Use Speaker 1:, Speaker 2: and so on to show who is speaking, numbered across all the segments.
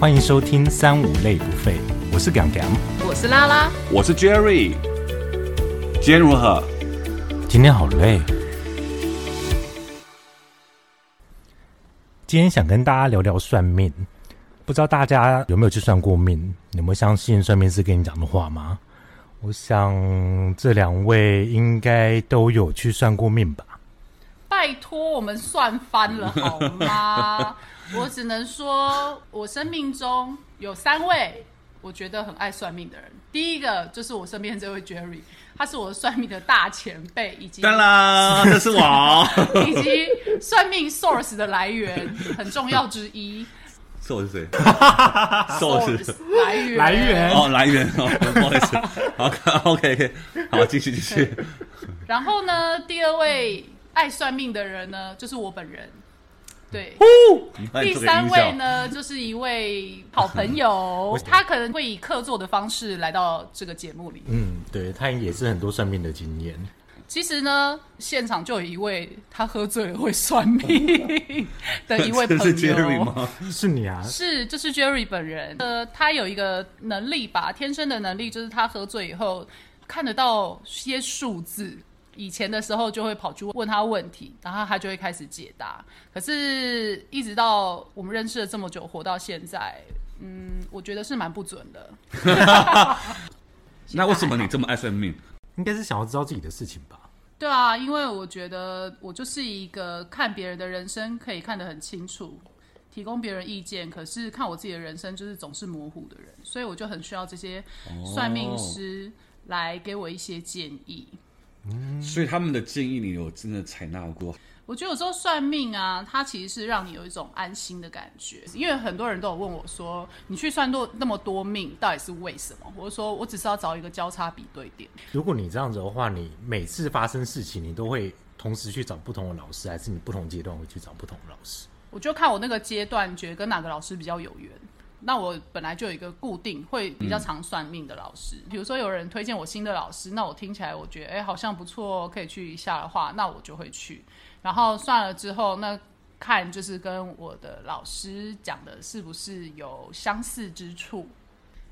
Speaker 1: 欢迎收听三五类不废，我是 Gang Gang。
Speaker 2: 我是拉拉，
Speaker 3: 我是 Jerry。今天如何？
Speaker 1: 今天好累。今天想跟大家聊聊算命，不知道大家有没有去算过命？有没有相信算命师跟你讲的话吗？我想这两位应该都有去算过命吧？
Speaker 2: 拜托我们算翻了好 吗？我只能说，我生命中有三位我觉得很爱算命的人。第一个就是我身边这位 Jerry，他是我算命的大前辈，以及
Speaker 3: 当 然，这是我，
Speaker 2: 以及算命 source 的来源很重要之 一。
Speaker 3: 是我是 谁？是我哦是
Speaker 2: source 来源
Speaker 1: 来源
Speaker 3: 哦，来源哦，不好意思。好，OK，好，继续继续。
Speaker 2: 然后呢，第二位爱算命的人呢，就是我本人。对，第三位呢，就是一位好朋 友，他可能会以客座的方式来到这个节目里。
Speaker 1: 嗯，对他也是很多算命的经验。
Speaker 2: 其实呢，现场就有一位他喝醉了会算命的一位朋
Speaker 3: 这
Speaker 2: 友，
Speaker 3: 是 Jerry 吗？
Speaker 1: 是你啊？
Speaker 2: 是，就是 Jerry 本人。呃，他有一个能力吧，天生的能力就是他喝醉以后看得到些数字。以前的时候就会跑去问他问题，然后他就会开始解答。可是，一直到我们认识了这么久，活到现在，嗯，我觉得是蛮不准的。啊
Speaker 3: 那为什么你这么爱算命？
Speaker 1: 应该是想要知道自己的事情吧？
Speaker 2: 对啊，因为我觉得我就是一个看别人的人生可以看得很清楚，提供别人意见，可是看我自己的人生就是总是模糊的人，所以我就很需要这些算命师来给我一些建议。
Speaker 3: 所以他们的建议你有真的采纳过？
Speaker 2: 我觉得有时候算命啊，它其实是让你有一种安心的感觉，因为很多人都有问我说，你去算多那么多命到底是为什么？我就说我只是要找一个交叉比对点。
Speaker 1: 如果你这样子的话，你每次发生事情，你都会同时去找不同的老师，还是你不同阶段会去找不同的老师？
Speaker 2: 我就看我那个阶段，觉得跟哪个老师比较有缘。那我本来就有一个固定会比较常算命的老师，比如说有人推荐我新的老师，那我听起来我觉得哎、好像不错，可以去一下的话，那我就会去。然后算了之后，那看就是跟我的老师讲的是不是有相似之处。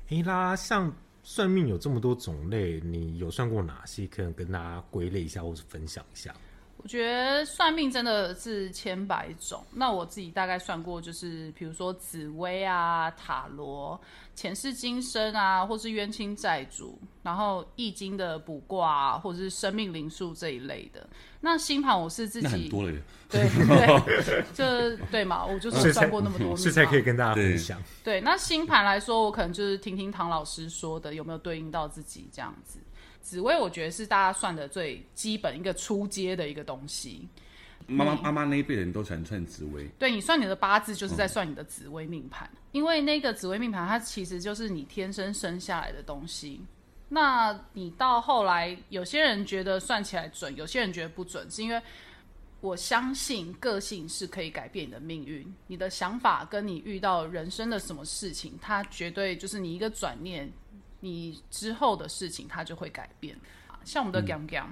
Speaker 1: 诶啦，像算命有这么多种类，你有算过哪些？可能跟大家归类一下，或是分享一下。
Speaker 2: 我觉得算命真的是千百种。那我自己大概算过，就是比如说紫薇啊、塔罗、前世今生啊，或是冤亲债主，然后易经的卜卦、啊，或者是生命灵数这一类的。那星盘我是自
Speaker 3: 那很
Speaker 2: 己
Speaker 3: 多了耶。
Speaker 2: 对对，就是对嘛，我就是嗯算过 那么多命嘛，
Speaker 1: 所以才可以跟大家分享。
Speaker 2: 对，那星盘来说，我可能就是听听唐老师说的，有没有对应到自己这样子。紫薇，我觉得是大家算的最基本一个初阶的一个东西。
Speaker 3: 妈
Speaker 2: 嗯
Speaker 3: 妈妈妈那一辈人都喜欢算紫薇，
Speaker 2: 对你算你的八字，就是在算你的紫微命盘，因为那个紫微命盘它其实就是你天生生下来的东西。那你到后来，有些人觉得算起来准，有些人觉得不准，是因为我相信个性是可以改变你的命运，你的想法跟你遇到人生的什么事情，它绝对就是你一个转念，你之后的事情它就会改变。像我
Speaker 1: 嗯
Speaker 2: 们的 Gang Gang，、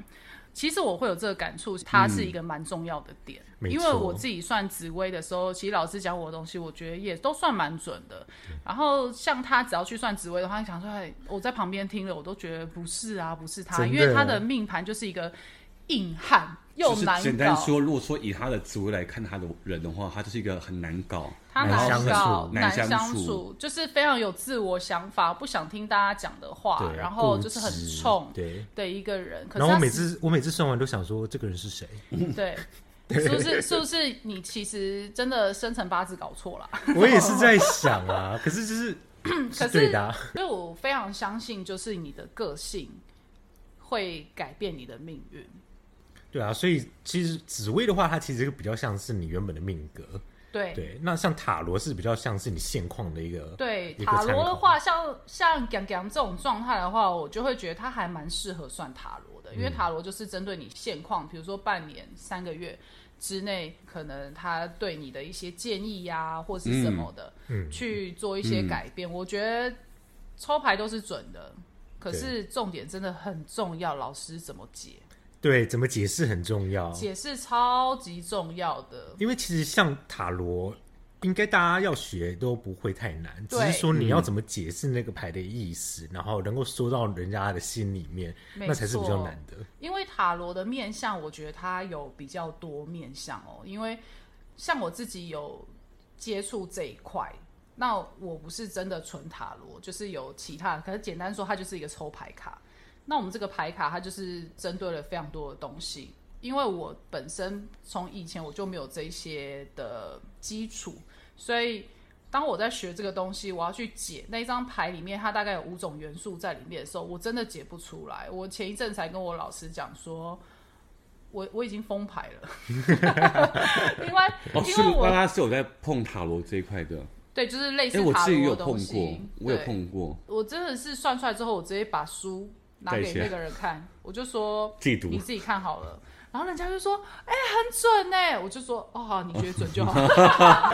Speaker 2: 其实我会有这个感触，它是一个蛮重要的点，
Speaker 1: 嗯没
Speaker 2: 因为
Speaker 1: 错
Speaker 2: 我自己算紫薇的时候，其实老师讲我的东西，我觉得也都算蛮准的。然后像他只要去算紫薇的话，他想说，哎，我在旁边听了，我都觉得不是啊，不是他，
Speaker 1: 真的
Speaker 2: 因为他的命盘就是一个硬汉又
Speaker 3: 就是
Speaker 2: 难搞，
Speaker 3: 简单说，如果说以他的紫薇来看他的人的话，他就是一个很难搞，
Speaker 2: 他
Speaker 1: 难
Speaker 2: 难
Speaker 1: 相
Speaker 2: 搞
Speaker 1: 处，
Speaker 3: 难
Speaker 2: 相
Speaker 3: 相处
Speaker 2: 就是非常有自我想法，不想听大家讲的话，
Speaker 1: 对，啊
Speaker 2: 啊然后就是很
Speaker 1: 固执
Speaker 2: 冲
Speaker 1: 对。
Speaker 2: 的一个人。可是
Speaker 1: 然后
Speaker 2: 他
Speaker 1: 我每次我每次算完都想说，这个人是谁？
Speaker 2: 对。是不是是不是你其实真的生辰八字搞错了？
Speaker 1: 我也是在想啊，可是就是
Speaker 2: 可
Speaker 1: 对
Speaker 2: 是
Speaker 1: 的啊、
Speaker 2: 所以我非常相信，就是你的个性会改变你的命运。
Speaker 1: 对啊，所以其实紫薇的话，它其实比较像是你原本的命格。
Speaker 2: 对
Speaker 1: 对，那像塔罗是比较像是你现况的一个
Speaker 2: 对
Speaker 1: 一个
Speaker 2: 塔
Speaker 1: 参
Speaker 2: 罗
Speaker 1: 考
Speaker 2: 的话，像像 Gang Gang 这种状态的话，我就会觉得它还蛮适合算塔罗的，
Speaker 1: 嗯
Speaker 2: 因为塔罗就是针对你现况，比如说半年、三个月之内，可能他对你的一些建议呀、或是什么的，
Speaker 1: 嗯
Speaker 2: 去做一些改变。我觉得抽牌都是准的，可是重点真的很重要，老师怎么解，
Speaker 1: 对，怎么解释很重要。
Speaker 2: 解释超级重要的。
Speaker 1: 因为其实像塔罗，应该大家要学都不会太难，只
Speaker 2: 对
Speaker 1: 是说你要怎么解释那个牌的意思，然后能够说到人家的心里面，
Speaker 2: 没
Speaker 1: 那才是比较
Speaker 2: 错
Speaker 1: 难的。
Speaker 2: 因为塔罗的面相，我觉得它有比较多面相哦。因为像我自己有接触这一块，那我不是真的纯塔罗，就是有其他，可是简单说，它就是一个抽牌卡。那我们这个牌卡，它就是针对了非常多的东西。因为我本身从以前我就没有这些的基础，所以当我在学这个东西，我要去解那一张牌里面它大概有五种元素在里面的时候，我真的解不出来。我前一阵才跟我老师讲说，我我已经封牌了， 因为、
Speaker 3: 哦，
Speaker 2: 因
Speaker 3: 是
Speaker 2: 为我
Speaker 3: 拉拉是有在碰塔罗这一块的，
Speaker 2: 对就是类
Speaker 3: 哎，
Speaker 2: 似
Speaker 3: 我
Speaker 2: 塔
Speaker 3: 自己也
Speaker 2: 罗
Speaker 3: 有
Speaker 2: 的东
Speaker 3: 碰
Speaker 2: 西，
Speaker 3: 过，我有
Speaker 2: 对
Speaker 3: 碰过，
Speaker 2: 我真的是算出来之后，我直接把书拿给那个人看，我就说
Speaker 3: 自己读
Speaker 2: 你自己看好了。然后人家就说：“哎、很准呢、我就说：“哦，好，你觉得准就好。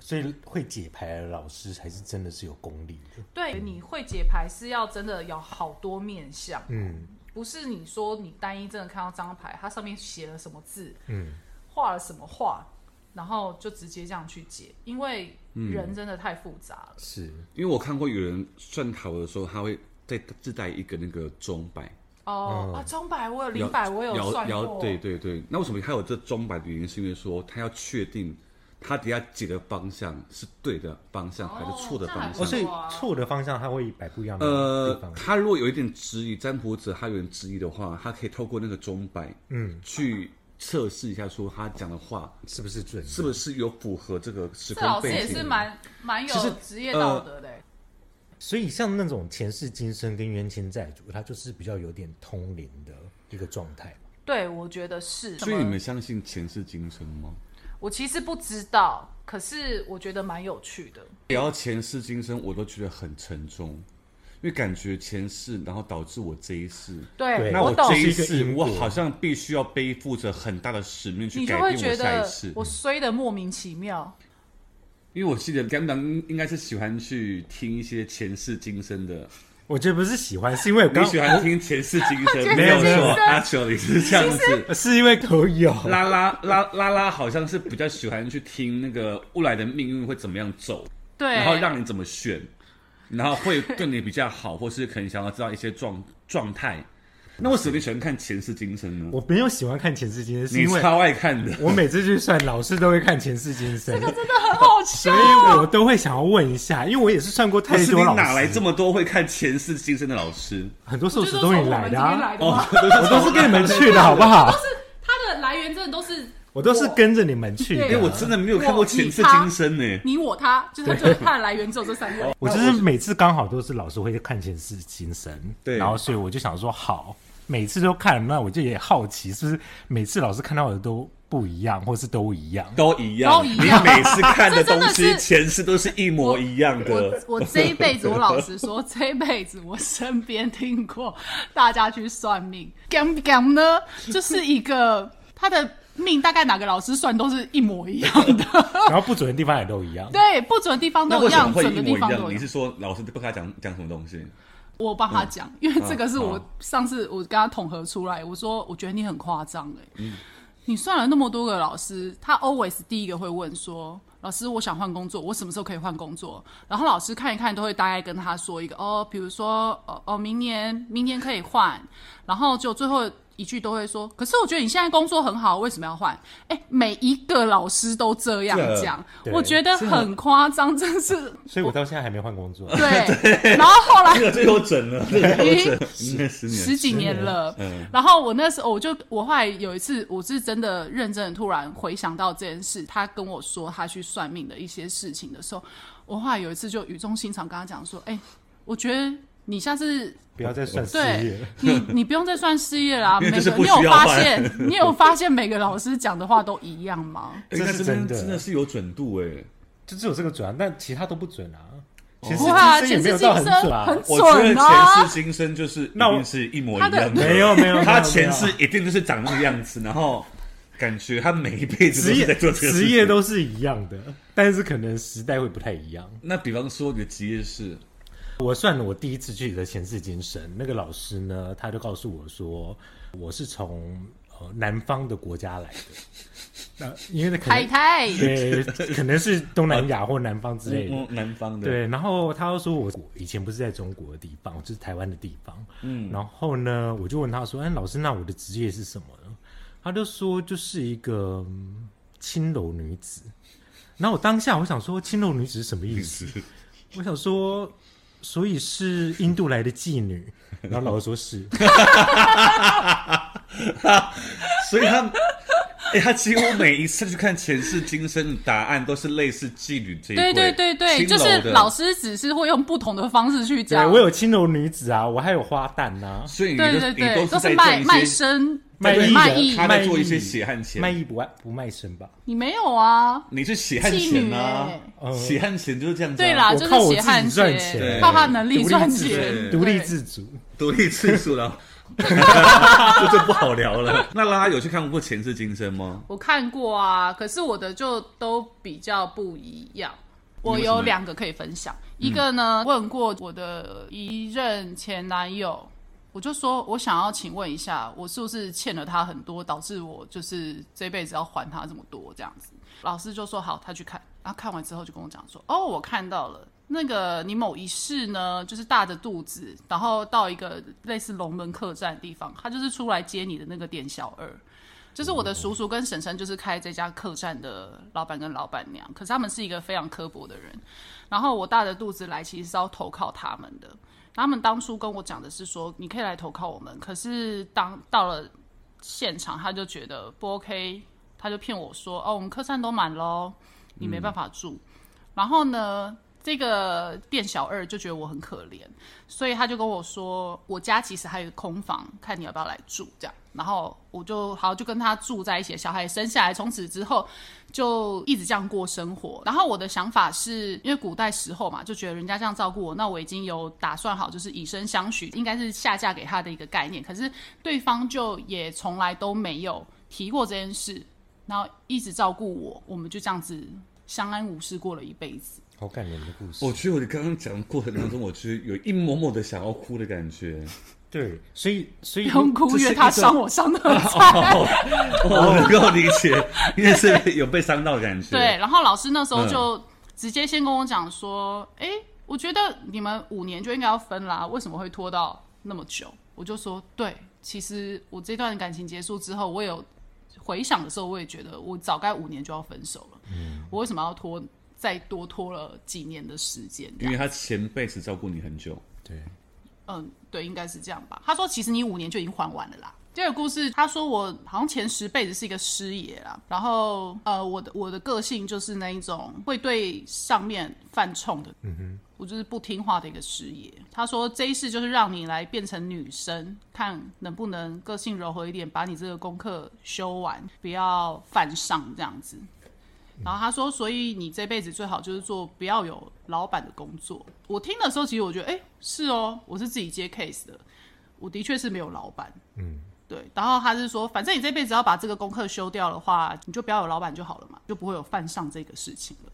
Speaker 1: 所以会解牌的老师才是真的是有功力的。
Speaker 2: 对，你会解牌是要真的有好多面相，
Speaker 1: 嗯，
Speaker 2: 不是你说你单一真的看到这张牌，它上面写了什么字，
Speaker 1: 嗯，
Speaker 2: 画了什么画，然后就直接这样去解，因为
Speaker 3: 嗯
Speaker 2: 人真的太复杂了。
Speaker 1: 是
Speaker 3: 因为我看过有人算塔罗的时候，他会再自带一个那个钟摆，
Speaker 2: 哦、啊，钟摆我有，零摆我有
Speaker 3: 摇
Speaker 2: 算
Speaker 3: 摇
Speaker 2: 过，
Speaker 3: 对对对，那为什么他有这钟摆的原因，是因为说他要确定他底下解的方向是对的方向、
Speaker 2: 哦
Speaker 3: 还是错的
Speaker 2: 这
Speaker 3: 方
Speaker 1: 哦，
Speaker 2: 样还不
Speaker 3: 向
Speaker 2: 错。
Speaker 1: 所以错的方向它会摆不一样的地
Speaker 3: 呃
Speaker 1: 方，。
Speaker 3: 他如果有一点质疑，占卜者他有点质疑的话，他可以透过那个钟摆，嗯，去测试一下，说他讲的话
Speaker 1: 是不是准的？
Speaker 3: 是不是有符合这个时
Speaker 2: 这
Speaker 3: 空
Speaker 2: 老师
Speaker 3: 背景。
Speaker 2: 也是蛮蛮
Speaker 3: 其
Speaker 2: 有
Speaker 3: 实呃
Speaker 2: 职业道德的欸、
Speaker 1: 所以像那种前世今生跟冤亲债主，它就是比较有点通灵的一个状态嘛。
Speaker 2: 对，我觉得是。
Speaker 3: 所以你们相信前世今生吗？
Speaker 2: 我其实不知道，可是我觉得蛮有趣的。
Speaker 3: 聊前世今生，我都觉得很沉重，因为感觉前世，然后导致我这一世。
Speaker 1: 对
Speaker 2: 对，
Speaker 3: 那我
Speaker 2: 懂
Speaker 3: 这。一
Speaker 1: 是一个
Speaker 3: 世
Speaker 1: 因，
Speaker 3: 我
Speaker 1: 果
Speaker 3: 好像必须要背负着很大的使命去
Speaker 2: 你就
Speaker 3: 改
Speaker 2: 会
Speaker 3: 变
Speaker 2: 觉
Speaker 3: 我下
Speaker 2: 得
Speaker 3: 一世。
Speaker 2: 我衰的莫名其妙，
Speaker 3: 因为我记得甘党应该是喜欢去听一些前世今 生的，
Speaker 1: 我觉得不是喜欢，是因为我
Speaker 3: 你
Speaker 1: 刚
Speaker 3: 喜欢听前世今 生，
Speaker 2: 前世今生
Speaker 3: 没有错，阿球你是这样子。
Speaker 1: 呃是因为都有。
Speaker 3: 拉拉拉拉拉好像是比较喜欢去听那个未来的命运会怎么样走，
Speaker 2: 对，
Speaker 3: 然后让你怎么选，然后会对你比较好，或是可能想要知道一些状状态。那为什么你喜欢看前世今生呢？
Speaker 1: 我没有喜欢看前世今生，是
Speaker 3: 你
Speaker 1: 因为
Speaker 3: 超爱看的。
Speaker 1: 我每次去算，老师都会看前世今生，
Speaker 2: 真的很好
Speaker 1: 所。
Speaker 2: 笑
Speaker 1: 以我都会想要问一下，因为我也是算过太
Speaker 3: 但是你
Speaker 1: 多老师，
Speaker 3: 哪来这么多会看前世今生的老师？
Speaker 1: 很多
Speaker 2: 我
Speaker 1: 寿
Speaker 2: 觉
Speaker 1: 司
Speaker 2: 得
Speaker 1: 都
Speaker 2: 从
Speaker 1: 是
Speaker 2: 我
Speaker 1: 你
Speaker 2: 们
Speaker 1: 来
Speaker 2: 这
Speaker 1: 的、
Speaker 2: 边
Speaker 1: 啊，
Speaker 2: 来的
Speaker 3: 哦
Speaker 2: 吗，
Speaker 1: 我都是跟你们去的好不好？
Speaker 2: 它的来源真的都是
Speaker 1: 我都是跟着你们去
Speaker 2: 对
Speaker 1: 的，
Speaker 3: 我真的没有看过前世今生呢、
Speaker 2: 你我他，就是它就是它的来源只有这三
Speaker 3: 哦
Speaker 2: 个。
Speaker 1: 我就是每次刚好都是老师会看前世今生，
Speaker 3: 对
Speaker 1: 然后所以我就想说好，每次都看，那我就也好奇，是不是每次老师看到的都不一样，或是都一样？
Speaker 3: 都一样，
Speaker 2: 都一样
Speaker 3: 你每次看的东
Speaker 2: 这真
Speaker 3: 西
Speaker 2: 的是
Speaker 3: 前世都是一模一样的。
Speaker 2: 我我这一辈子，我老实 说，这一辈子我身边听过大家去算命，gam gam 呢，就是一个他的命大概哪个老师算都是一模一样的，
Speaker 1: 然后不准的地方也都一样。
Speaker 2: 对，不准的地方
Speaker 3: 那
Speaker 2: 都
Speaker 3: 为
Speaker 2: 一
Speaker 3: 什么
Speaker 2: 样，
Speaker 3: 会
Speaker 2: 准
Speaker 3: 一
Speaker 2: 的
Speaker 3: 模
Speaker 2: 地
Speaker 3: 一
Speaker 2: 方都
Speaker 3: 样？
Speaker 2: 一
Speaker 3: 你
Speaker 2: 样。
Speaker 3: 是说老师不跟他讲讲什么东西？
Speaker 2: 我帮他讲，因为这个是
Speaker 3: 嗯
Speaker 2: 我
Speaker 3: 好
Speaker 2: 上次我跟他统合出来，我说我觉得你很夸张哎、你算了那么多个老师，他 always 第一个会问说。老师，我想换工作，我什么时候可以换工作？然后老师看一看，都会大概跟他说一个哦，比如说哦哦，明年明年可以换，然后就最后一句都会说，可是我觉得你现在工作很好，为什么要换？哎，每一个老师都这样
Speaker 3: 这
Speaker 2: 讲，
Speaker 1: 对
Speaker 2: 我觉得很夸张，真是。
Speaker 1: 所以我到现在还没换工 作
Speaker 2: 对。然后后来
Speaker 3: 这个最后准了，这个最后准，应该十年
Speaker 2: 十几年了。
Speaker 3: 嗯
Speaker 2: 然后我那时候我就我后来有一次，我是真的认真的突然回想到这件事，他跟我说他去算命的一些事情的时候，我后来有一次就语重心长跟他讲说：“哎、我觉得你下次
Speaker 1: 不要再算事业
Speaker 2: 对
Speaker 1: 了。
Speaker 2: 你， 你不用再算事业啦。
Speaker 3: 因
Speaker 2: 每
Speaker 3: 为这是
Speaker 2: 个
Speaker 3: 不
Speaker 2: 你
Speaker 3: 需要
Speaker 2: 有发
Speaker 3: 换
Speaker 2: 现，你有发现每个老师讲的话都一样 吗？
Speaker 3: 哎那
Speaker 1: 这是
Speaker 3: 边
Speaker 1: 真的
Speaker 3: 真的是有准度哎、
Speaker 1: 就只有这个准啊，但其他都不准啊。
Speaker 3: 哦
Speaker 1: 其实
Speaker 2: 不会啊，
Speaker 1: 今
Speaker 2: 前
Speaker 1: 生也没
Speaker 2: 世
Speaker 1: 有到很
Speaker 2: 今
Speaker 1: 准
Speaker 2: 生
Speaker 1: 啊，
Speaker 2: 很
Speaker 3: 我觉得
Speaker 2: 准
Speaker 3: 前
Speaker 2: 啊
Speaker 3: 世。今生就是一
Speaker 1: 那我
Speaker 3: 定是一模一
Speaker 2: 他的
Speaker 3: 样的，
Speaker 1: 没有没有，没有
Speaker 3: 他前世一定就是长那个样子，然后感觉他每一辈子
Speaker 1: 职
Speaker 3: 都是
Speaker 1: 业
Speaker 3: 在做这个事
Speaker 1: 职
Speaker 3: 情
Speaker 1: 业都是一样的，但是可能时代会不太一样。
Speaker 3: 那比方说你的职业是，
Speaker 1: 我算了，我第一次去的前世今生，那个老师呢，他就告诉我说，我是从呃南方的国家来的，那因为可
Speaker 2: 太
Speaker 1: 能
Speaker 2: 太，
Speaker 1: 对，可能是东南亚或南方之类的。
Speaker 3: 嗯，南方的，，
Speaker 1: 对，然后他又说我以前不是在中国的地方，就是台湾的地方。嗯，然后呢，我就问他说：“哎，老师，那我的职业是什么呢？”他就说就是一个嗯青楼女子。然后我当下我想说，青楼女子是什么意思？我想说，所以是印度来的妓女。 然后老师说是，
Speaker 3: 所以他， 哎、他几乎每一次去看前世今生的答案都是类似妓女这一
Speaker 2: 对对对对，就是老
Speaker 3: 师，
Speaker 2: 师只是会用不同的方式去
Speaker 1: 对
Speaker 2: 讲
Speaker 1: 我。有青楼女子啊，我还有花旦啊 呐、
Speaker 3: 所以你
Speaker 2: 对
Speaker 3: 就
Speaker 2: 对
Speaker 3: 你
Speaker 2: 对，
Speaker 3: 都
Speaker 2: 都
Speaker 3: 在
Speaker 2: 是卖
Speaker 3: 做一
Speaker 2: 卖
Speaker 3: 些
Speaker 2: 身，
Speaker 1: 卖艺的
Speaker 2: 卖艺，
Speaker 3: 他在做
Speaker 1: 卖艺
Speaker 3: 一些血汗钱，
Speaker 1: 卖艺不爱不卖身吧？
Speaker 2: 你没有啊？
Speaker 3: 你是血汗
Speaker 2: 妓
Speaker 3: 钱
Speaker 2: 女
Speaker 3: 啊
Speaker 2: 哎，
Speaker 1: 嗯
Speaker 3: 血汗钱就是这样子、啊，
Speaker 2: 对啦，
Speaker 1: 我
Speaker 2: 就是
Speaker 1: 靠我
Speaker 2: 血汗
Speaker 1: 自己赚
Speaker 3: 钱
Speaker 2: 靠他能力
Speaker 1: 独
Speaker 2: 赚
Speaker 1: 立自
Speaker 2: 钱，
Speaker 1: 主，
Speaker 3: 对
Speaker 1: 独立
Speaker 2: 对
Speaker 1: 自主。
Speaker 3: 独立次数了， 这就不好聊了。那拉拉有去看过前世今生吗？
Speaker 2: 我看过啊，可是我的就都比较不一样。我
Speaker 3: 你有什么
Speaker 2: 有两个可以分享，一个呢问过我的一任前男友，我就说我想要请问一下，我是不是欠了他很多，导致我就是这辈子要还他这么多这样子。老师就说好，他去看，然后看完之后就跟我讲说，哦，我看到了。那个你某一世呢，就是大着肚子，然后到一个类似龙门客栈的地方，他就是出来接你的那个店小二，就是我的叔叔跟婶婶，就是开这家客栈的老板跟老板娘，可是他们是一个非常刻薄的人。然后我大着肚子来，其实是要投靠他们的。他们当初跟我讲的是说，你可以来投靠我们，可是当到了现场，他就觉得不 OK，他就骗我说，哦，我们客栈都满喽，你没办法住。然后呢，这个店小二就觉得我很可怜，所以他就跟我说，我家其实还有空房，看你要不要来住这样。然后我就好就跟他住在一起，小孩生下来，从此之后就一直这样过生活。然后我的想法是因为古代时候嘛，就觉得人家这样照顾我，那我已经有打算好，就是以身相许，应该是下嫁给他的一个概念。可是对方就也从来都没有提过这件事，然后一直照顾我，我们就这样子相安无事过了一辈 子。
Speaker 1: 好感人的故事。
Speaker 3: 我觉得我刚刚讲的过程当中，我就是有一抹抹的想要哭的感 觉。
Speaker 1: 对，所以所
Speaker 2: 不
Speaker 1: 以
Speaker 2: 用哭，
Speaker 3: 这是
Speaker 2: 因为
Speaker 3: 一
Speaker 2: 他
Speaker 3: 个
Speaker 2: 伤我伤的很惨。
Speaker 3: 哦我能够理解，因为是嗯有被伤到的感觉。
Speaker 2: 对，，然后老师那时候就直接先跟我讲说，哎、我觉得你们五年就应该要分啦，为什么会拖到那么久？我就说，对，其实我这段感情结束之后，我有回想的时候，我也觉得我早该五年就要分手了，
Speaker 3: 嗯
Speaker 2: 我为什么要拖？再多拖了几年的时间，这
Speaker 3: 因
Speaker 2: 样
Speaker 3: 为他前辈子照顾你很久，
Speaker 1: 对，
Speaker 2: 嗯，对，应该是这样吧。他说，其实你五年就已经还完了啦。第二个故事，他说我好像前十辈子是一个师爷啦，然后呃，我的我的个性就是那一种会对上面犯冲的，嗯哼，我就是不听话的一个师爷。他说这一世就是让你来变成女生，看能不能个性柔和一点，把你这个功课修完，不要犯上这样子。然后他说，所以你这辈子最好就是做不要有老板的工作。我听的时候，其实我觉得，哎，是哦，我是自己接 case 的，我的确是没有老板。嗯，对。然后他是说，反正你这辈子要把这个功课修掉的话，你就不要有老板就好了嘛，就不会有犯上这个事情了。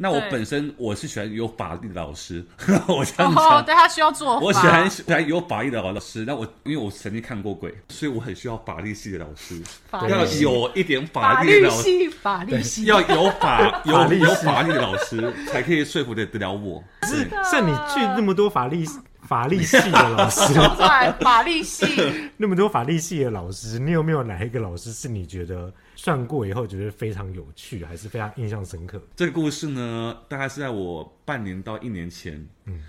Speaker 3: 那我
Speaker 2: 对
Speaker 3: 本身我是喜欢有法力的老师， 我这样
Speaker 2: 哦
Speaker 3: 讲，。
Speaker 2: 对他需要做法。
Speaker 3: 我喜欢喜欢有法力的老师，那我因为我曾经看过鬼，所以我很需要法力系的老师，
Speaker 2: 法律
Speaker 3: 要
Speaker 1: 系
Speaker 3: 有一点法
Speaker 2: 法
Speaker 3: 力的
Speaker 2: 律
Speaker 3: 老师，
Speaker 2: 系，法律系。
Speaker 3: 要有法
Speaker 1: 法
Speaker 3: 有
Speaker 1: 律系
Speaker 3: 有法力的老师才可以说服得得了我。对
Speaker 1: 像你去那么多法律法律系的老 师，
Speaker 2: 说出来，法律系，
Speaker 1: 那么多法律系的老师，你有没有哪一个老师是你觉得算过以后觉得非常有趣，还是非常印象深刻？
Speaker 3: 这个故事呢，大概是在我半年到一年前，嗯，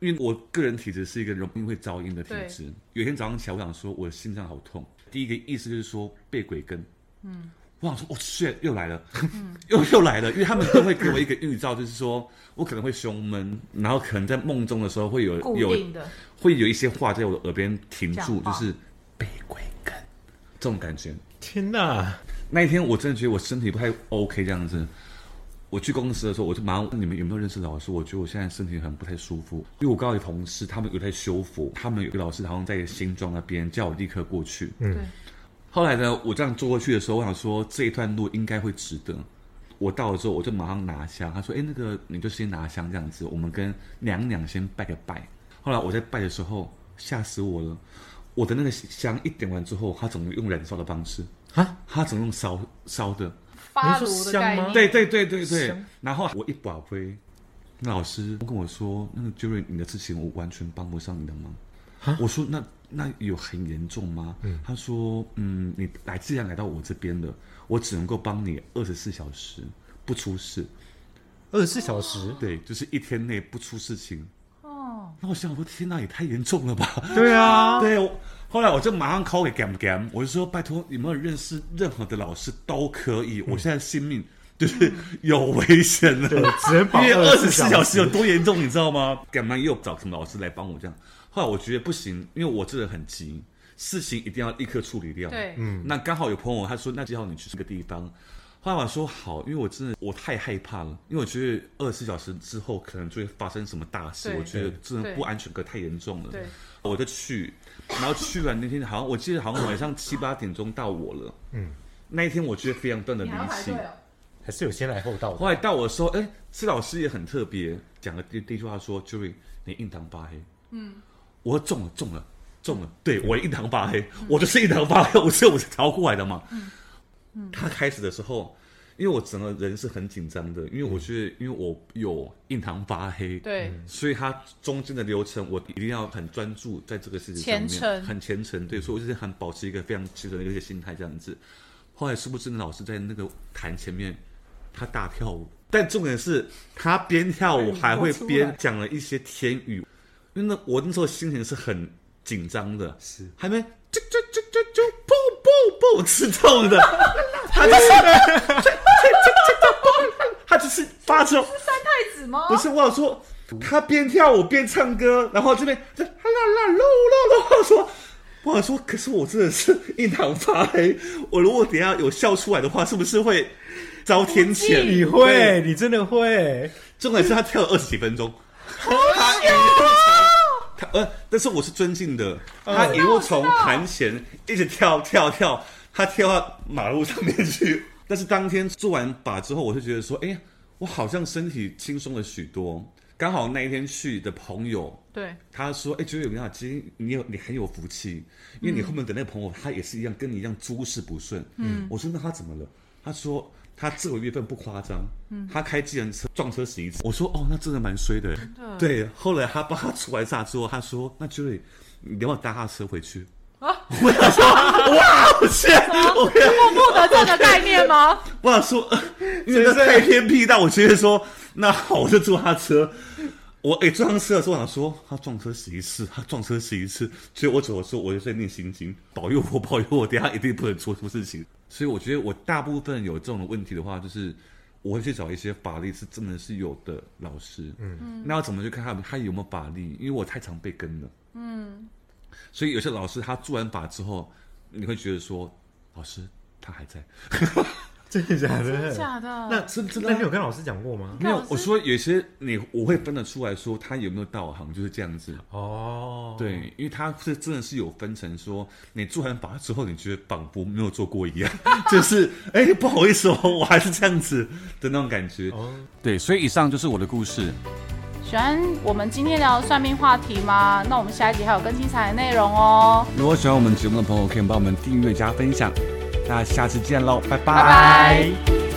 Speaker 3: 因为我个人体质是一个容易会招阴的体质。有一天早上起来，我想说我心脏好痛，第一个意思就是说被鬼跟，嗯，我想说哦，shit，又来了，
Speaker 2: 嗯
Speaker 3: 又又来了，因为他们都会给我一个预兆，就是说我可能会胸闷，然后可能在梦中的时候会有
Speaker 2: 固
Speaker 3: 有
Speaker 2: 定的
Speaker 3: 会有一些话在我的耳边停住，
Speaker 2: 讲
Speaker 3: 就
Speaker 2: 话
Speaker 3: 是被鬼跟这种感觉。
Speaker 1: 天哪！
Speaker 3: 那一天我真的觉得我身体不太 OK 这样子。我去公司的时候，我就马上问你们有没有认识的老师？我觉得我现在身体很不太舒服，因为我刚好有同事他们有在修复，他们有个老师好像在新庄那边，叫我立刻过去。
Speaker 2: 对，
Speaker 3: 后来呢，我这样坐过去的时候，我想说这一段路应该会值得。我到了之后，我就马上拿香。他说：“哎，那个你就先拿香这样子，我们跟娘娘先拜个拜。”后来我在拜的时候，吓死我了！我的那个香一点完之后，它总用燃烧的方式啊，它总用烧烧的，
Speaker 2: 发
Speaker 1: 你是
Speaker 2: 炉
Speaker 1: 说
Speaker 2: 的
Speaker 1: 香
Speaker 2: 概
Speaker 1: 吗
Speaker 2: 念，
Speaker 3: 对对对对对
Speaker 1: 香。
Speaker 3: 然后我一把杯，那老师跟我说：“那个 Jerry，你的事情我完全帮不上你的忙。”我说：“那那有很严重吗？”他说：“嗯，你来既然来到我这边了，我只能够帮你二十四小时不出事。
Speaker 1: 二十四小时，
Speaker 3: 对，就是一天内不出事情。”
Speaker 2: 哦，
Speaker 3: 那我想说，天哪，也太严重了吧？
Speaker 1: 对啊，
Speaker 3: 对，我后来我就马上 call 给 Gam Gam，我就说拜托，有没有认识任何的老师都可以，我现在性命就是有危险了，
Speaker 1: 只能保
Speaker 3: 因为二十四
Speaker 1: 24
Speaker 3: 小时有多严重，你知道吗？Gam Gam 又找什么老师来帮我这样，后来我觉得不行，因为我这人很急，事情一定要立刻处理掉。
Speaker 2: 对，
Speaker 3: 嗯，那刚好有朋友他说，那就要你去这个地方。后来我说好，因为我真的我太害怕了，因为我觉得二十四小时之后可能就会发生什么大事，
Speaker 2: 对
Speaker 3: 我觉得真的
Speaker 2: 对
Speaker 3: 不安全感太严重了。
Speaker 2: 对，
Speaker 3: 我就去，然后去完那天好像我记得好像晚上七八点钟到我了，嗯，那一天我觉得非常非常的
Speaker 2: 你
Speaker 3: 离
Speaker 2: 还要排
Speaker 3: 奇
Speaker 2: 队。哦，
Speaker 1: 还是有先来后到的。
Speaker 3: 后来到我的时候，哎，施老师也很特别，讲了第第一句话说 j u r y 你印堂发黑。嗯，我说中了，中了，中了，对我印堂发黑，我就是印堂发黑，我是我是逃过来的嘛。嗯，他开始的时候，因为我整个人是很紧张的，因为我觉得，因为我有印堂发黑，
Speaker 2: 对，
Speaker 3: 所以它中间的流程，我一定要很专注在这个事情上面，
Speaker 2: 虔诚
Speaker 3: 很虔诚，对，所以我就是很保持一个非常虔诚的一个心态这样子。后来殊不知，老师在那个坛前面，他大跳舞，但重点是他边跳舞还会边讲了一些天语，因为那我那时候心情是很紧张的，是还没啾啾啾啾啾嘣嘣嘣刺痛的，他就是他就是发出。
Speaker 2: 三太子吗？
Speaker 3: 不是，我想说他边跳舞边唱歌，然后这边就啦啦喽喽喽，我说。我想说，可是我真的是印堂发黑。我如果等一下有笑出来的话，是不是会遭天谴？
Speaker 1: 你
Speaker 3: 对
Speaker 1: 会，你真的会，
Speaker 3: 重点是他跳了二十几分钟，他一路从他呃，但是我是尊敬的，他一路从盘前一直跳跳跳，他跳到马路上面去。 但是当天做完靶之后，我就觉得说，哎呀，我好像身体轻松了许多。刚好那一天去的朋友
Speaker 2: 对，
Speaker 3: 他说：“哎、九九，你好，其实你有你很有福气，因为你后面的那个朋友，他也是一样，跟你一样诸事不顺。”嗯，我说：“那他怎么了？”他说：“他这个月份不夸张，嗯，他开计程车撞车死一次。”我说：“哦，那真的蛮衰的。
Speaker 2: 的
Speaker 3: 对，后来他帮他出完煞之后，他说：“那 j u 你要不要搭他车回去？”
Speaker 2: 啊，
Speaker 3: 我想说，哇，我去，我要
Speaker 2: 默不得正的概念吗？
Speaker 3: 我想说，呃因为这太偏僻，但我觉得说，那好，我就坐他车。我哎、坐上车的时候，我想说他撞车死一次，他撞车死一次，所以我怎么说，我就在念心经，保佑我， 保佑我，等一下一定不能出什么事情。所以我觉得我大部分有这种问题的话，就是我会去找一些法力是真的是有的老师，嗯，那要怎么去看他他有没有法力？因为我太常被跟了，嗯，所以有些老师他做完法之后，你会觉得说，老师他还在，
Speaker 1: 真的假
Speaker 2: 真的
Speaker 1: 的？
Speaker 2: 假的？
Speaker 1: 嗯那真真的？那你有跟老师讲过吗？
Speaker 3: 没有
Speaker 2: 老，师
Speaker 3: 我说有些你我会分得出来说他有没有道行，就是这样子。
Speaker 1: 哦，，
Speaker 3: 对，因为他是真的是有分成说，你做完法之后，你觉得仿佛没有做过一样， 就是哎、不好意思哦，我还是这样子的那种感觉。
Speaker 1: 哦，
Speaker 3: 对，所以以上就是我的故事。
Speaker 2: 喜欢我们今天聊的算命话题吗？那我们下一集还有更精彩的内容哦，
Speaker 3: 如果喜欢我们节目的朋友，可以帮我们订阅加分享。那下次见喽，拜
Speaker 2: 拜拜。